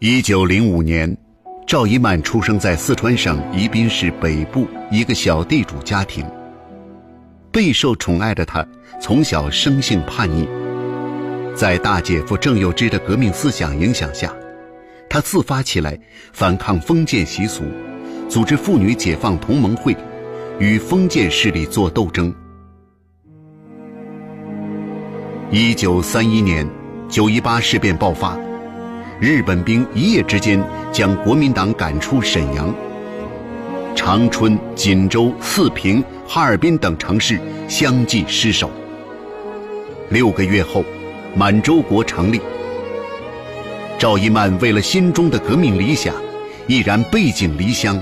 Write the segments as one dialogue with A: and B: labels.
A: 一九零五年，赵一曼出生在四川省宜宾市北部一个小地主家庭。备受宠爱的她，从小生性叛逆。在大姐夫郑幼之的革命思想影响下，她自发起来反抗封建习俗，组织妇女解放同盟会，与封建势力做斗争。一九三一年，九一八事变爆发。日本兵一夜之间将国民党赶出沈阳，长春、锦州、四平、哈尔滨等城市相继失守。六个月后，满洲国成立。赵一曼为了心中的革命理想，毅然背井离乡。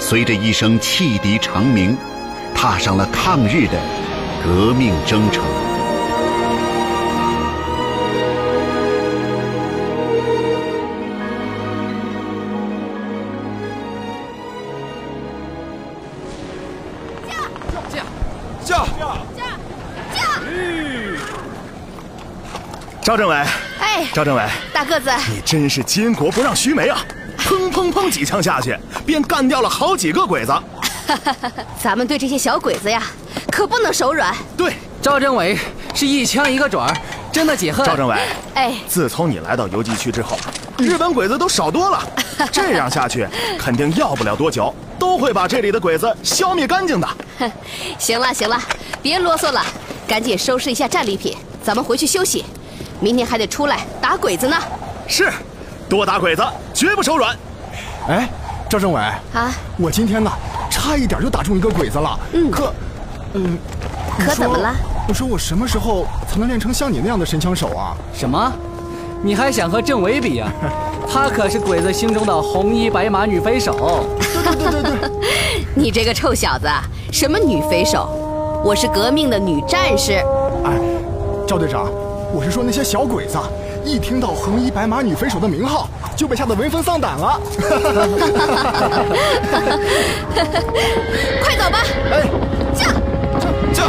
A: 随着一声汽笛长鸣，踏上了抗日的革命征程。
B: 赵政委，
C: 哎，
B: 赵政委，
C: 大个子，
B: 你真是巾帼不让须眉啊！砰砰砰几枪下去，便干掉了好几个鬼子。
C: 咱们对这些小鬼子呀，可不能手软。
B: 对，
D: 赵政委是一枪一个准儿，真的解恨。
B: 赵政委，
C: 哎，
B: 自从你来到游击区之后，日本鬼子都少多了。这样下去，肯定要不了多久，都会把这里的鬼子消灭干净的。
C: 行了行了，别啰嗦了，赶紧收拾一下战利品，咱们回去休息。明天还得出来打鬼子呢。
B: 是，多打鬼子，绝不手软。
E: 哎，赵政委
C: 啊，
E: 我今天呢，差一点就打中一个鬼子了。
C: 嗯
E: 可，嗯，你
C: 可怎么
E: 说
C: 了？
E: 我说我什么时候才能练成像你那样的神枪手啊？
D: 什么？你还想和政委比 呀、他可是鬼子心中的红衣白马女飞手。
C: 你这个臭小子，啊什么女匪首？我是革命的女 战士。
E: 哎，赵队长，我是说那些小鬼子，一听到红衣白马女匪首的名号，就被吓得闻风丧胆了。
C: 快走吧，
B: 哎，
C: 驾！
B: 驾！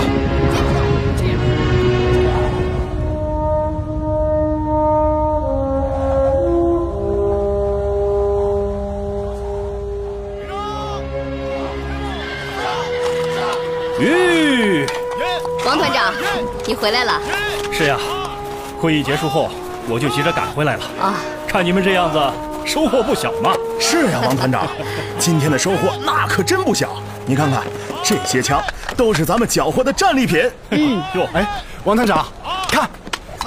F: 吁，
C: 王团长，你回来了
F: 是呀，会议结束后我就急着赶回来了。
C: 啊！
F: 看你们这样子，收获不小嘛。
B: 是呀、王 团长，今天的收获那可真不小。你看看，这些枪都是咱们缴获的战利品。
F: 哟，
E: 哎，王团长，看，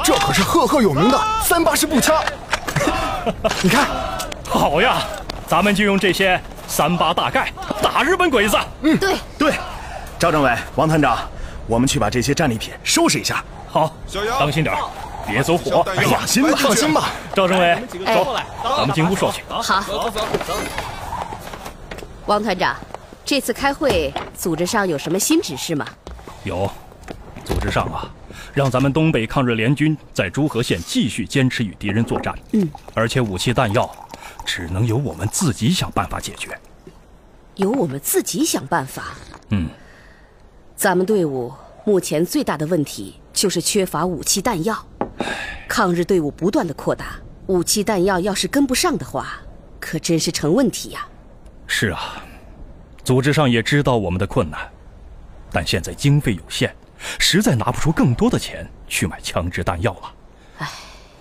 E: 这可是赫赫有名的三八式步枪。 你看，
F: 好呀，咱们就用这些三八大盖打日本鬼子。
B: 嗯
C: 对，
B: 对，赵政委、王团长，我们去把这些战利品收拾一下。
F: 好，当心点儿，别走火。哎呀，
E: 放心吧，放心吧。
F: 赵政委，
C: 哎
F: 走，咱们进屋说去。
C: 好。王团长，这次开会组织上有什么新指示吗？
F: 有，组织上啊，让咱们东北抗日联军在诸河县继续坚持与敌人作战。嗯，而且武器弹药只能由我们自己想办法解决。
C: 由我们自己想办法。
F: 嗯，
C: 咱们队伍目前最大的问题就是缺乏武器弹药。抗日队伍不断的扩大，武器弹药要是跟不上的话，可真是成问题呀、
F: 是啊，组织上也知道我们的困难，但现在经费有限，实在拿不出更多的钱去买枪支弹药了。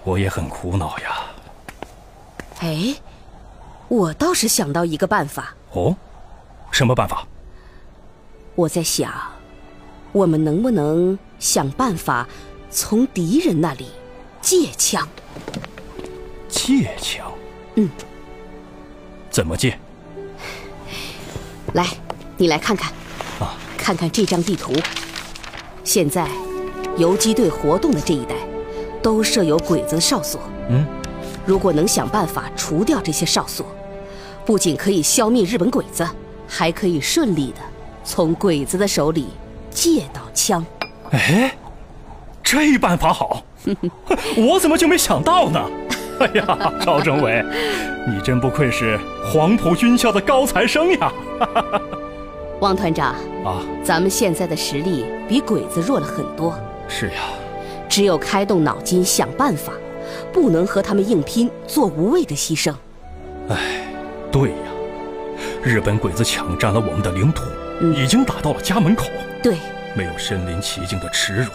F: 我也很苦恼呀。
C: 哎，我倒是想到一个办法，
F: 哦，什么办法？
C: 我在想，我们能不能想办法从敌人那里借枪？
F: 借枪？
C: 嗯，
F: 怎么借？
C: 来，你来看看，
F: 啊
C: 看看这张地图。现在，游击队活动的这一带，都设有鬼子哨所。
F: 嗯，
C: 如果能想办法除掉这些哨所，不仅可以消灭日本鬼子，还可以顺利的从鬼子的手里借到枪。
F: 哎，这办法好，我怎么就没想到呢？ 哎呀，赵政委，你真不愧是黄埔军校的高材生呀！
C: 王团长，
F: 啊，
C: 咱们现在的实力比鬼子弱了很多，
F: 是呀，
C: 只有开动脑筋想办法，不能和他们硬拼，做无谓的牺牲。
F: 对呀，日本鬼子抢占了我们的领土，已经打到了家门口，
C: 对，
F: 没有身临其境的耻辱，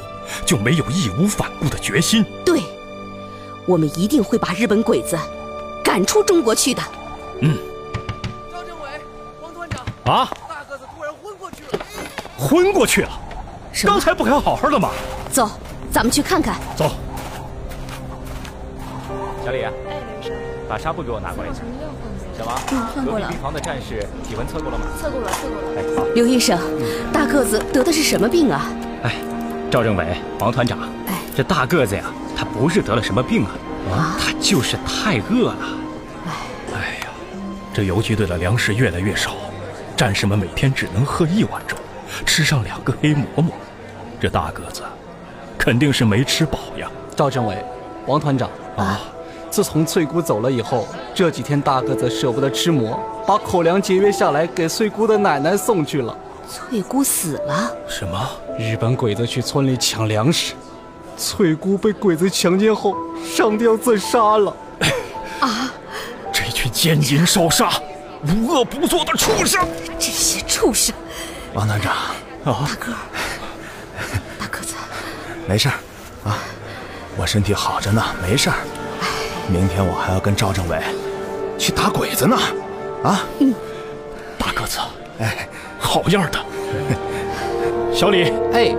F: 就没有义无反顾的决心。
C: 对，我们一定会把日本鬼子赶出中国去的。
D: 赵政委，王团长，
F: 啊，
D: 大个子突然昏过去了。
F: 昏过去了！
C: 什么
F: 刚？才不还好好的吗？
C: 走，咱们去看看。
F: 走，
G: 小李，啊
H: 哎
G: 把纱布给我拿过来一下。小王，
H: 换
G: 隔
H: 过
G: 壁
H: 了
G: 病房的战士体温测过了吗？
H: 测过了，测过了。
G: 哎，好。
C: 刘医生，大个子得的是什么病啊？
G: 哎，赵政委，王团长
C: 哎，
G: 这大个子呀，他不是得了什么病啊，他就是太饿了。
F: 哎呀，这游击队的粮食越来越少，战士们每天只能喝一碗粥，吃上两个黑馍馍。这大个子肯定是没吃饱呀。
D: 赵政委，王团长啊，自从翠姑走了以后，这几天大个子舍不得吃馍，把口粮节约下来给翠姑的奶奶送去了。
C: 翠姑死了，
F: 什么？
D: 日本鬼子去村里抢粮食，翠姑被鬼子强奸后上吊自杀了。
F: 这群奸淫烧杀、无恶不作的畜生！
C: 这些畜生！
B: 王团长，
C: 大个子，
B: 没事儿啊，我身体好着呢，没事儿。明天我还要跟赵政委去打鬼子呢，啊，
F: 大个子，哎，好样 的！小李，
D: 哎，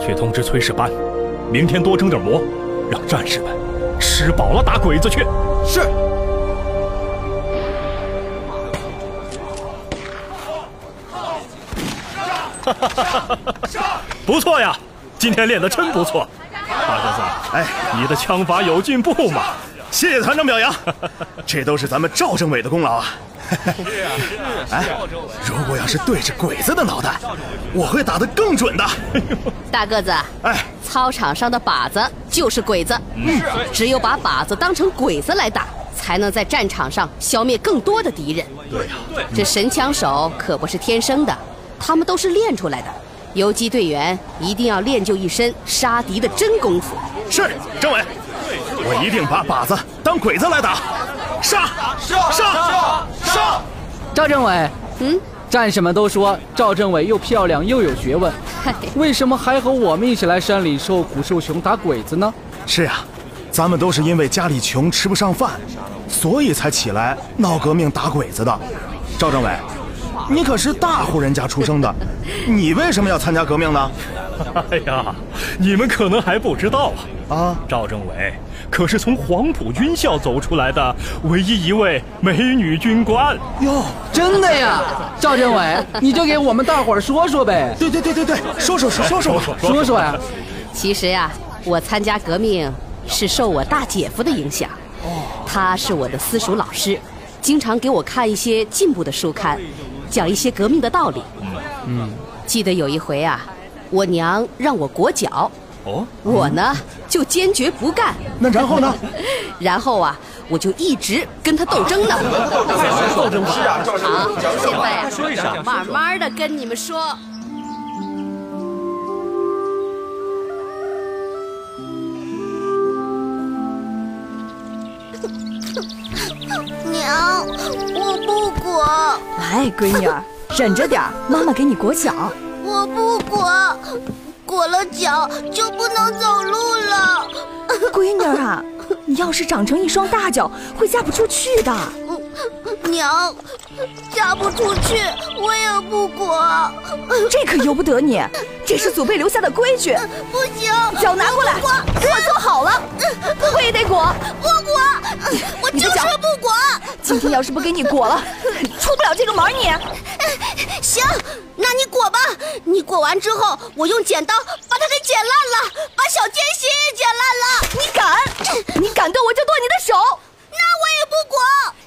F: 去通知炊事班，明天多蒸点馍，让战士们吃饱了打鬼子去。
B: 是。
F: 不错呀，今天练得真不错。大个子，
B: 哎，
F: 你的枪法有进步嘛？
B: 谢谢团长表扬， 这都是咱们赵政委的功劳啊。是啊，是啊。哎，如果要是对着鬼子的脑袋，我会打得更准的。
C: 大个子，
B: 哎，
C: 操场上的靶子就是鬼子，嗯只有把靶子当成鬼子来打，才能在战场上消灭更多的敌人。
F: 对呀、
C: 这神枪手可不是天生的，他们都是练出来的。游击队员一定要练就一身杀敌的真功夫。
B: 是政委，我一定把靶子当鬼子来打，杀杀杀杀！
D: 赵政委，
C: 嗯，
D: 战士们都说赵政委又漂亮又有学问，
C: 嗨，
D: 为什么还和我们一起来山里受苦受穷打鬼子呢？
B: 是呀，咱们都是因为家里穷吃不上饭，所以才起来闹革命打鬼子的。赵政委，你可是大户人家出生的，你为什么要参加革命呢？
F: 哎呀，你们可能还不知道啊！
B: 啊，
F: 赵政委可是从黄埔军校走出来的唯一一位美女军官。
B: 哟，
D: 真的呀，赵政
I: 哎
D: 委，你就给我们大伙儿说说呗，
B: 对对对对对，说说说说说吧。
D: 说说呀。
C: 其实呀、我参加革命是受我大姐夫的影响。他是我的私塾老师，经常给我看一些进步的书刊，讲一些革命的道理。嗯，记得有一回啊，我娘让我裹脚，
F: 哦，
C: 我呢就坚决不干。
B: 那然后呢？
C: 然后啊，我就一直跟他斗争呢。 斗争是啊，好，现在啊，说一声，慢慢的跟你们说。
H: 娘，我不裹，
I: 来，哎闺女儿，忍着点儿，妈妈给你裹脚。
H: 我不裹，裹了脚就不能走路了。
I: 闺女儿啊，你要是长成一双大脚，会嫁不出去的。
H: 娘，嫁不出去，我也不裹，
I: 这可由不得你，这是祖辈留下的规矩。
H: 不行，
I: 脚拿过来，我做好了，我也得裹。
H: 我裹，我
I: 你
H: 就
I: 的脚
H: 是不裹。
I: 今天要是不给你裹了，出不了这个门儿你。
H: 行，那你裹吧。你裹完之后，我用剪刀把它给剪烂了，把小奸细也剪烂了。
I: 你敢？你敢动我就剁你的手！
H: 那我也不裹。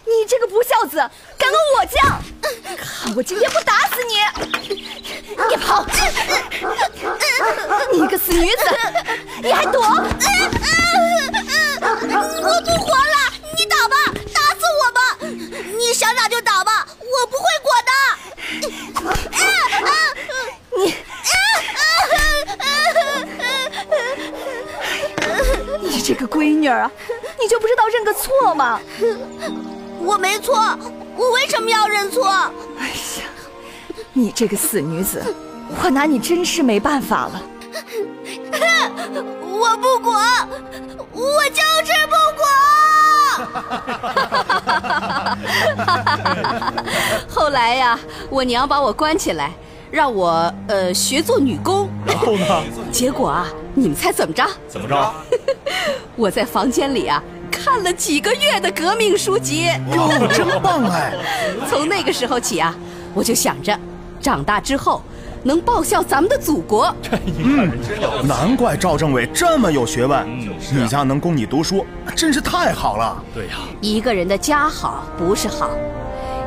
I: 你这个不孝子，敢跟我犟！看我今天不打死你！你跑！你一个死女子，你还躲？
H: 我不活了，你打吧，打死我吧，你想打就打吧，我不会裹的。
I: 你这个闺女儿啊，你就不知道认个错吗？
J: 我没错，我为什么要认错？
I: 哎呀，你这个死女子，我拿你真是没办法了。
J: 我不滚，我就是不滚。
C: 后来呀，我娘把我关起来，让我呃学做女工。
K: 然后呢？
C: 结果啊，你们猜怎么着？
K: 怎么着？
C: 我在房间里啊。看了几个月的革命书籍，
L: 哟，真棒哎！
C: 从那个时候起啊，我就想着，长大之后能报效咱们的 祖国。
K: 嗯，
L: 难怪赵政委这么有学问。嗯，
K: 啊
L: 你家能供你读书，真是太好了。
K: 对呀、啊，
C: 一个人的家好不是好，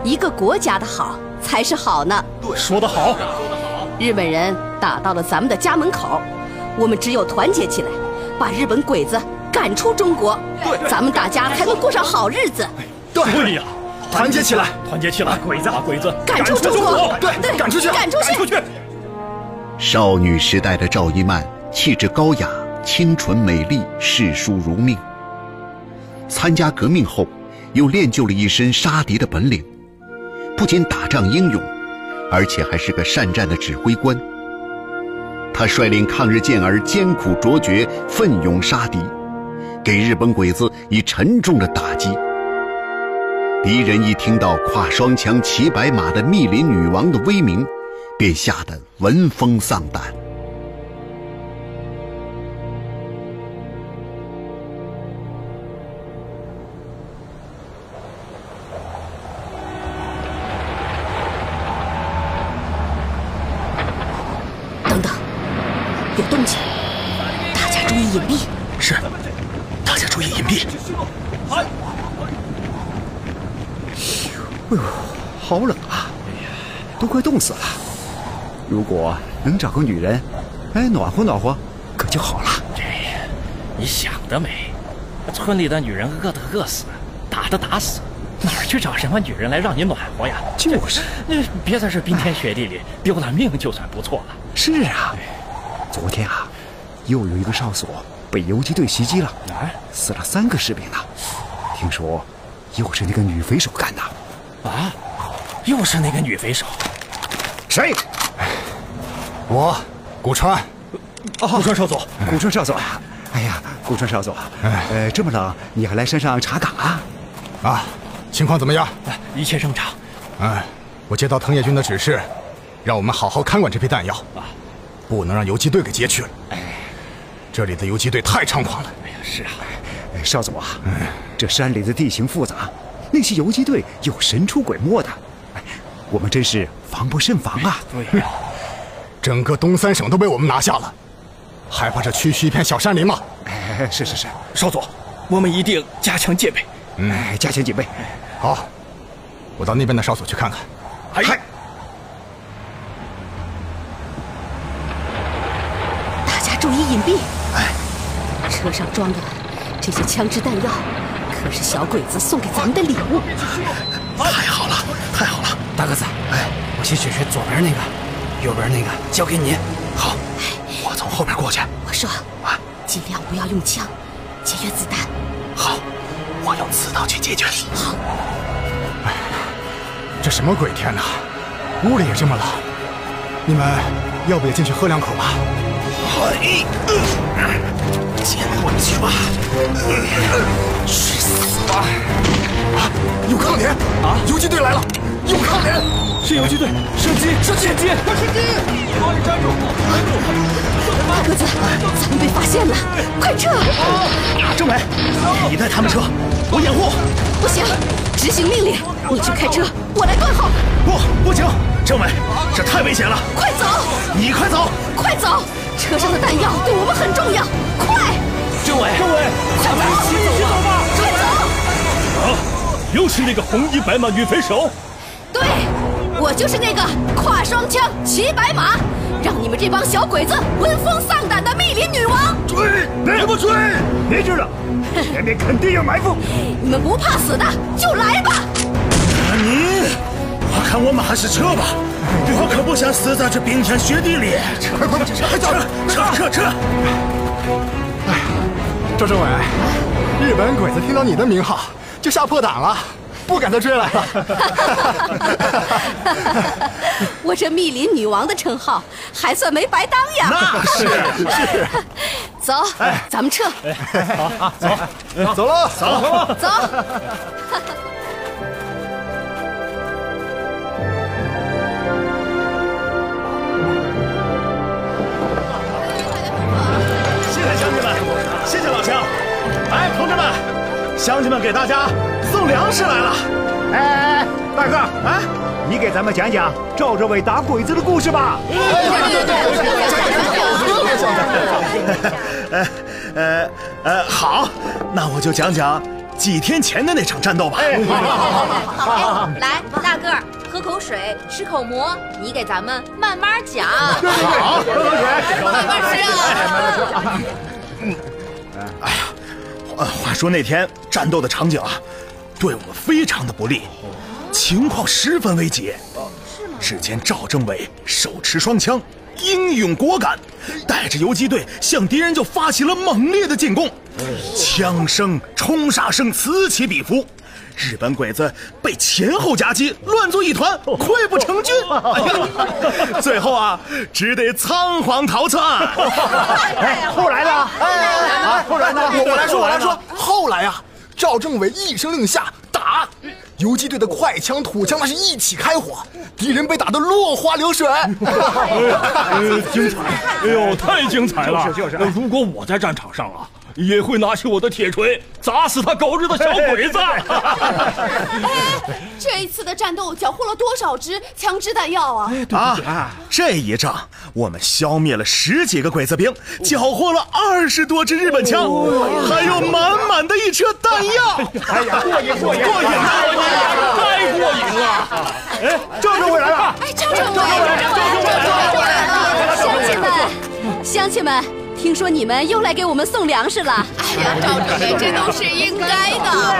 C: 一个国家的好才是好呢。
K: 对，说得好。
L: 哎
C: 日本人打到了咱们的家门口，我们只有团结起来，把日本鬼子。赶出中国，对，咱们大家才能过上好日子。
K: 对呀，
B: 团结起来，
K: 团结起来，鬼
F: 啊
K: 子，把鬼子
C: 赶出中国，
B: 对对，赶出去，
C: 赶出去，
K: 赶出去。
A: 少女时代的赵一曼，气质高雅，清纯美丽，视书如命。参加革命后，又练就了一身杀敌的本领，不仅打仗英勇，而且还是个善战的指挥官。他率领抗日健儿艰苦卓绝，奋勇杀敌。给日本鬼子以沉重的打击。敌人一听到跨双枪骑白马的密林女王的威名，便吓得闻风丧胆。
C: 等等，有动静，大家注意隐蔽。
L: 是。大家注意隐蔽！哎
B: 呦，好冷啊，都快冻死了。如果能找个女人，哎，暖和暖和，可就好了。
F: 这你想得美！村里的女人饿的饿死，打的打死，哪儿去找什么女人来让你暖和呀？
B: 就是，
F: 那别在这冰天雪地里丢了命就算不错了。
B: 是啊，昨天啊，又有一个哨所。被游击队袭击了，
F: 啊，
B: 死了三个士兵呢。听说，又是那个女匪首干的。
F: 啊，又是那个女匪首。
B: 谁？
M: 我，古川。
K: 哦，古川少佐，
B: 古川少佐。呃哎呀，古川少佐，
M: 哎
B: 呃，这么冷，你还来山上查岗啊？
M: 啊，情况怎么样？
F: 一切正常。
M: 哎，我接到藤野君的指示，让我们好好看管这批弹药，啊，不能让游击队给劫去了。哎。这里的游击队太猖狂了！
F: 哎呀，是啊，
B: 少佐啊，嗯、
M: 哎
B: 这山里的地形复杂，那些游击队又神出鬼没的，哎我们真是防不胜防啊！
F: 对呀、啊，
M: 哎整个东三省都被我们拿下了，还怕这区区一片小山林吗？
B: 哎，是是是，
K: 少佐，我们一定加强戒备。
B: 嗯，
F: 哎
B: 加强戒备。
M: 好，我到那边的哨所去看看。
K: 嗨。
C: 注意隐蔽！哎，车上装的这些枪支弹药，可是小鬼子送给咱们的礼物。
B: 太好了，太好了！
F: 大个子，哎，我先选选左边那个，右边那个交给你。
B: 好，我从后边过去。
C: 我说啊，尽量不要用枪，节约子弹。
B: 好，我用刺刀去解决。
C: 好。
M: 哎，这什么鬼天呐！屋里也这么冷，你们要不也进去喝两口吧？
B: 哎，先回去吧，去死吧！啊，有抗联啊！游击队来了，有抗联，
K: 是游击队，射击，
B: 射击，射击！
K: 把你站住！
C: 大个子，咱们被发现了，快撤！
B: 啊
L: 政委，你带他们撤，我掩护。
C: 不行，执行命令，你去开车，我来断后。
L: 不，不行，政委，这太危险了，
C: 快走！
L: 你快走，
C: 快走！车上的弹药对我们很重要，快！
K: 政委，
C: 政委，
K: 咱们一起走吧！
C: 快走！
K: 啊，又是那个红衣白马女匪首！
C: 对，我就是那个跨双枪骑白马，让你们这帮小鬼子闻风丧胆的密林女王！
L: 追！别不追！别追了，前面肯定有埋伏！
C: 你们不怕死的就来吧！
L: 你，我看我们还是撤吧。我可不想死在这冰天雪地里！
B: 快快快，快走！
L: 撤撤撤！
M: 哎，赵政委，
N: 日本鬼子听到你的名号就吓破胆了，不敢再追来了。
C: 我这密林女王的称号还算没白当呀。
B: 那是是。 哎
C: 走，咱们撤。
B: 好啊，走，走喽，走喽，
C: 走。
B: 谢谢乡亲们，谢谢老乡。哎，同志们，乡亲们给大家送粮食来了。
O: 哎哎哎，大哥啊，你给咱们讲讲赵这位打鬼子的故事吧。
E: 哎对对对对对
B: 呃呃呃，好，那我就讲讲几天前的那场战斗吧。哎，
P: 好好好好好，来，大个儿喝口水，吃口馍，你给咱们慢慢讲。
B: 好喝口水
P: 慢慢吃啊。
B: 哎呀，呃，话说那天战斗的场景啊，对我们非常的不利，情况十分危急。只见赵政委手持双枪，英勇果敢，带着游击队向敌人就发起了猛烈的进攻，枪声、冲杀声此起彼伏。日本鬼子被前后夹击，乱作一团，溃不成军。哎呀，最后啊，只得仓皇逃窜。
O: 哎，后来呢？哎，啊，后来呢？
N: 我我来说，我来说。后来啊，赵政委一声令下，打！游击队的快枪、土枪那是一起开火，敌人被打得落花流 水。
B: 哎
F: 呃，精彩！哎呦，太精彩了！
O: 就是就是
F: 呃如果我在战场上啊，也会拿起我的铁锤砸死他狗日的小鬼子。
J: 这一次的战斗缴获了多少支枪支弹药啊？
B: 啊，这一仗我们消灭了十几个鬼子兵，缴获了二十多支日本枪，
N: 哦
B: 还有满满的一车弹药。
O: 哎呀，过瘾过瘾
B: 过瘾啊
N: 哎
O: 太过瘾了！哎，赵政委来了。
J: 哎，赵政委，赵
C: 乡亲们，乡亲们，听说你们又来给我们送粮食了。
J: 政委，这都是应该的。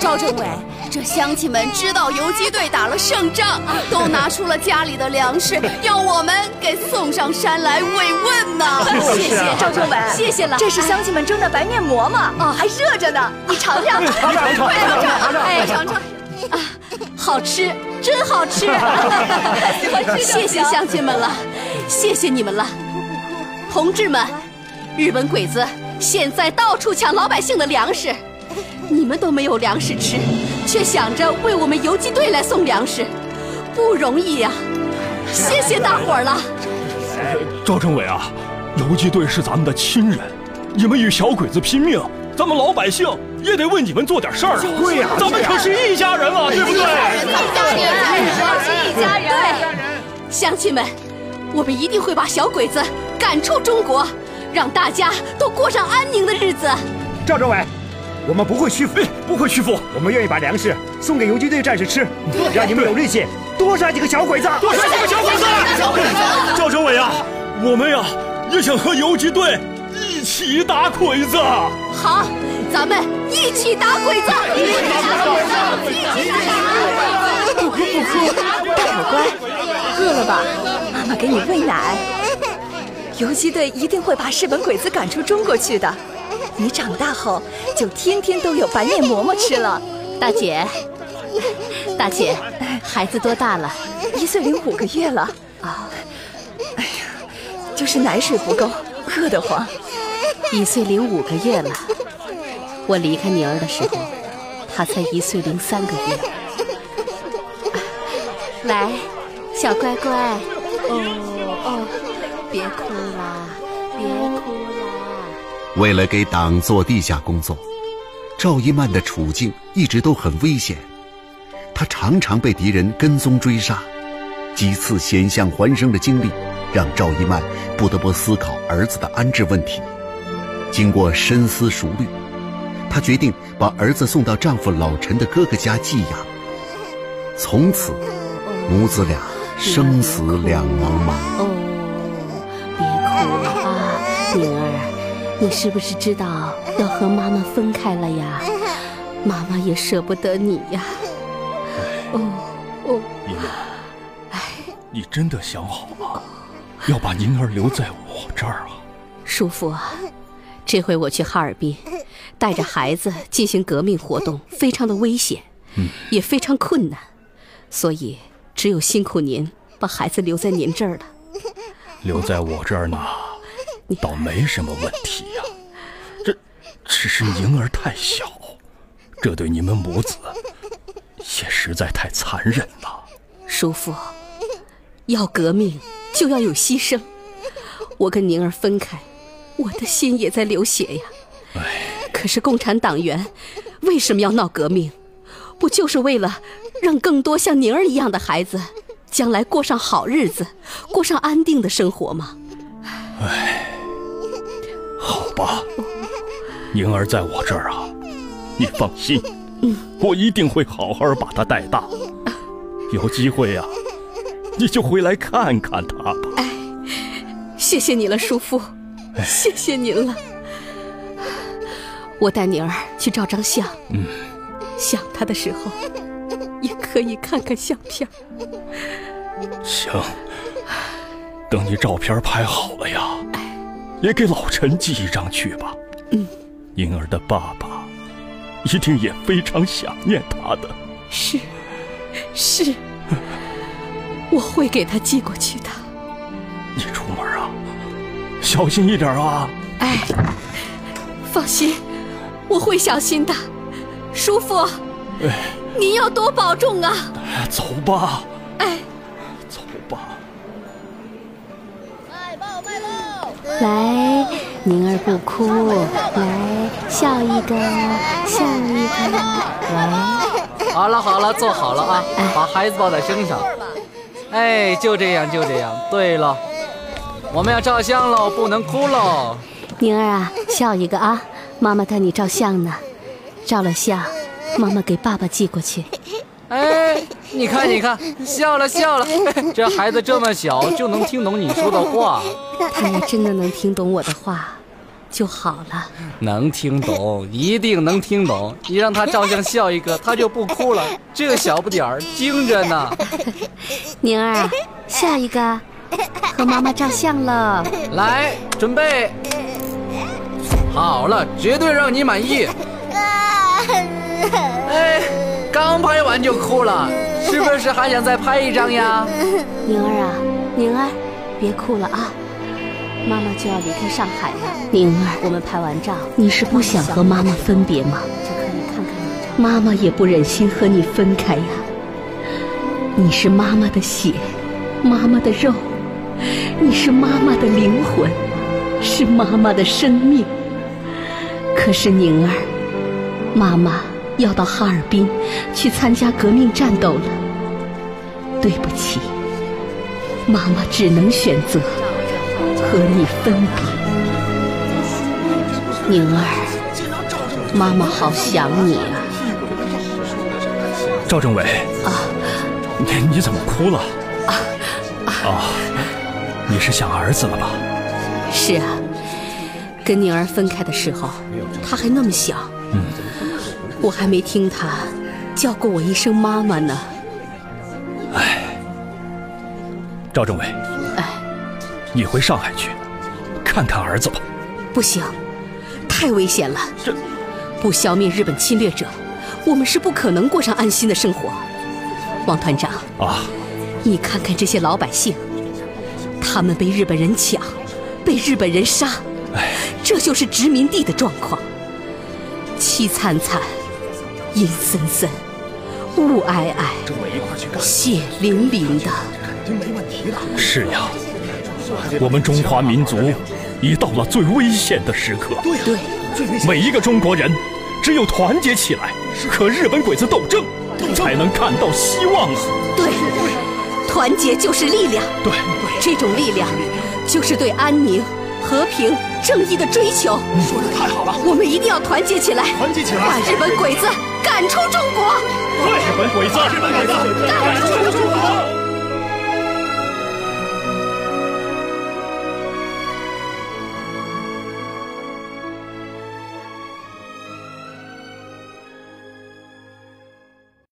J: 赵政
B: 哎
J: 委，这乡亲们知道游击队打了胜仗，都拿出了家里的粮食，要我们给送上山来慰问呢。
I: 谢谢赵政委，
C: 谢谢了。
I: 这是乡亲们蒸的白面馍吗？哦，还热着呢，你尝尝，
O: 尝尝尝尝
I: 快尝
O: 尝
I: 尝，
O: 尝
I: 哎，
O: 尝
I: 尝尝。
J: 啊
C: 好吃，真好 吃！谢谢乡亲们了，谢谢你们了，同志们，日本鬼子现在到处抢老百姓的粮食，你们都没有粮食吃，却想着为我们游击队来送粮食，不容易呀、谢谢大伙儿了，
F: 赵政委啊，游击队是咱们的亲人，你们与小鬼子拼命，咱们老百姓也得为你们做点事儿啊！
O: 对呀
F: 咱们可是一家人啊，对不对？
C: 是一家人。对，乡亲们，我们一定会把小鬼子赶出中国，让大家都过上安宁的日子。
O: 赵政委，我们不会屈服，
F: 哎不会屈服，
O: 我们愿意把粮食送给游击队战士吃，让你们有力气多杀几个小鬼子，
F: 多杀几个小鬼子！赵政委啊，我们呀、也想和游击队一起打鬼子。啊
C: 好，咱们一起打鬼子！一起打鬼子！一起打
I: 不哭不哭，大伙乖，饿了吧？妈妈给你喂奶。游击队一定会把日本鬼子赶出中国去的。你长大后就天天都有白面馍馍吃了。
C: 大姐，大姐，孩子多大了？
I: 一岁零五个月了。啊，哎呀，就是奶水不够，饿得慌。
C: 一岁零五个月了。我离开宁儿的时候，她才一岁零三个月。来，小乖乖，哦哦，别哭啦，别哭啦。
A: 为了给党做地下工作，赵一曼的处境一直都很危险，她常常被敌人跟踪追杀，几次险象环生的经历，让赵一曼不得不思考儿子的安置问题。经过深思熟虑，她决定把儿子送到丈夫老陈的哥哥家寄养。从此，母子俩生死两茫茫。
C: 哦，别哭了啊，宁儿，啊你是不是知道要和妈妈分开了呀？妈妈也舍不得你呀。哦哦，
F: 宁儿，你真的想好了，要把宁儿留在我这儿啊？
C: 叔父啊，这回我去哈尔滨，带着孩子进行革命活动，非常的危险，
A: 嗯
C: 也非常困难，所以只有辛苦您把孩子留在您这儿了。
F: 留在我这儿呢，倒没什么问题呀、这只是婴儿太小，这对你们母子也实在太残忍了。
C: 叔父，要革命就要有牺牲。我跟宁儿分开，我的心也在流血呀。可是共产党员为什么要闹革命？不就是为了让更多像宁儿一样的孩子将来过上好日子，过上安定的生活吗？
F: 好吧，宁儿在我这儿啊，你放心，
C: 嗯
F: 我一定会好好把她带大。有机会呀、你就回来看看她吧。
C: 谢谢你了，叔父，谢谢您了。我带宁儿去照张相，
F: 嗯，
C: 想她的时候，也可以看看相片。
F: 行，等你照片拍好了呀，也给老陈寄一张去吧。
C: 嗯，
F: 婴儿的爸爸一定也非常想念他的。
C: 是，是，我会给他寄过去的。
F: 你出门啊，小心一点啊！
C: 哎，放心，我会小心的。叔父，
F: 哎，
C: 您要多保重啊！
F: 走吧，
C: 哎，
F: 走吧。
Q: 来，宁儿不哭，来笑一个，笑一个，来。
D: 好了好了，坐好了啊，把孩子抱在身上。哎，就这样就这样。对了，我们要照相喽，不能哭喽。
Q: 宁儿啊，笑一个啊！妈妈带你照相呢，照了相，妈妈给爸爸寄过去。
D: 哎，你看你看，笑了笑了，这孩子这么小就能听懂你说的话，
C: 他要真的能听懂我的话，就好了。
D: 能听懂，一定能听懂。你让他照相笑一个，他就不哭了。这个小不点儿精着呢。
Q: 宁儿啊，笑一个，和妈妈照相喽。
D: 来，准备，好了，绝对让你满意。哎，刚拍完就哭了，是不是还想再拍一张呀？
Q: 宁儿啊，宁儿，别哭了啊！妈妈就要离开上海了。
C: 宁儿，我们拍完照，你是不想和妈妈分别吗？就可以看看你。妈妈也不忍心和你分开呀。你是妈妈的血，妈妈的肉，你是妈妈的灵魂，是妈妈的生命。可是宁儿，妈妈要到哈尔滨去参加革命战斗了。对不起，妈妈只能选择和你分别。宁儿，妈妈好想你啊！
F: 赵政委啊，你你怎么哭了？啊你是想儿子了吧？
C: 是啊，跟宁儿分开的时候，她还那么小，
F: 嗯
C: 我还没听她叫过我一声妈妈呢。
F: 赵政委，你回上海去看看儿子吧。
C: 不行，太危险了。不消灭日本侵略者，我们是不可能过上安心的生活。王团长，
F: 啊，
C: 你看看这些老百姓，他们被日本人抢，被日本人杀，这就是殖民地的状况，凄惨惨，阴森森，雾霭霭，血淋淋的。
F: 是呀，我们中华民族已到了最危险的时刻。
C: 对，
F: 每一个中国人只有团结起来，和日本鬼子斗争，才能看到希望啊！
C: 对，团结就是力量。
F: 对，
C: 这种力量就是对安宁、和平、正义的追求。说的太好了，我们一定要团结起来，团结起来，把日本鬼子赶出中国。
F: 日本鬼子，日本鬼子，
C: 赶出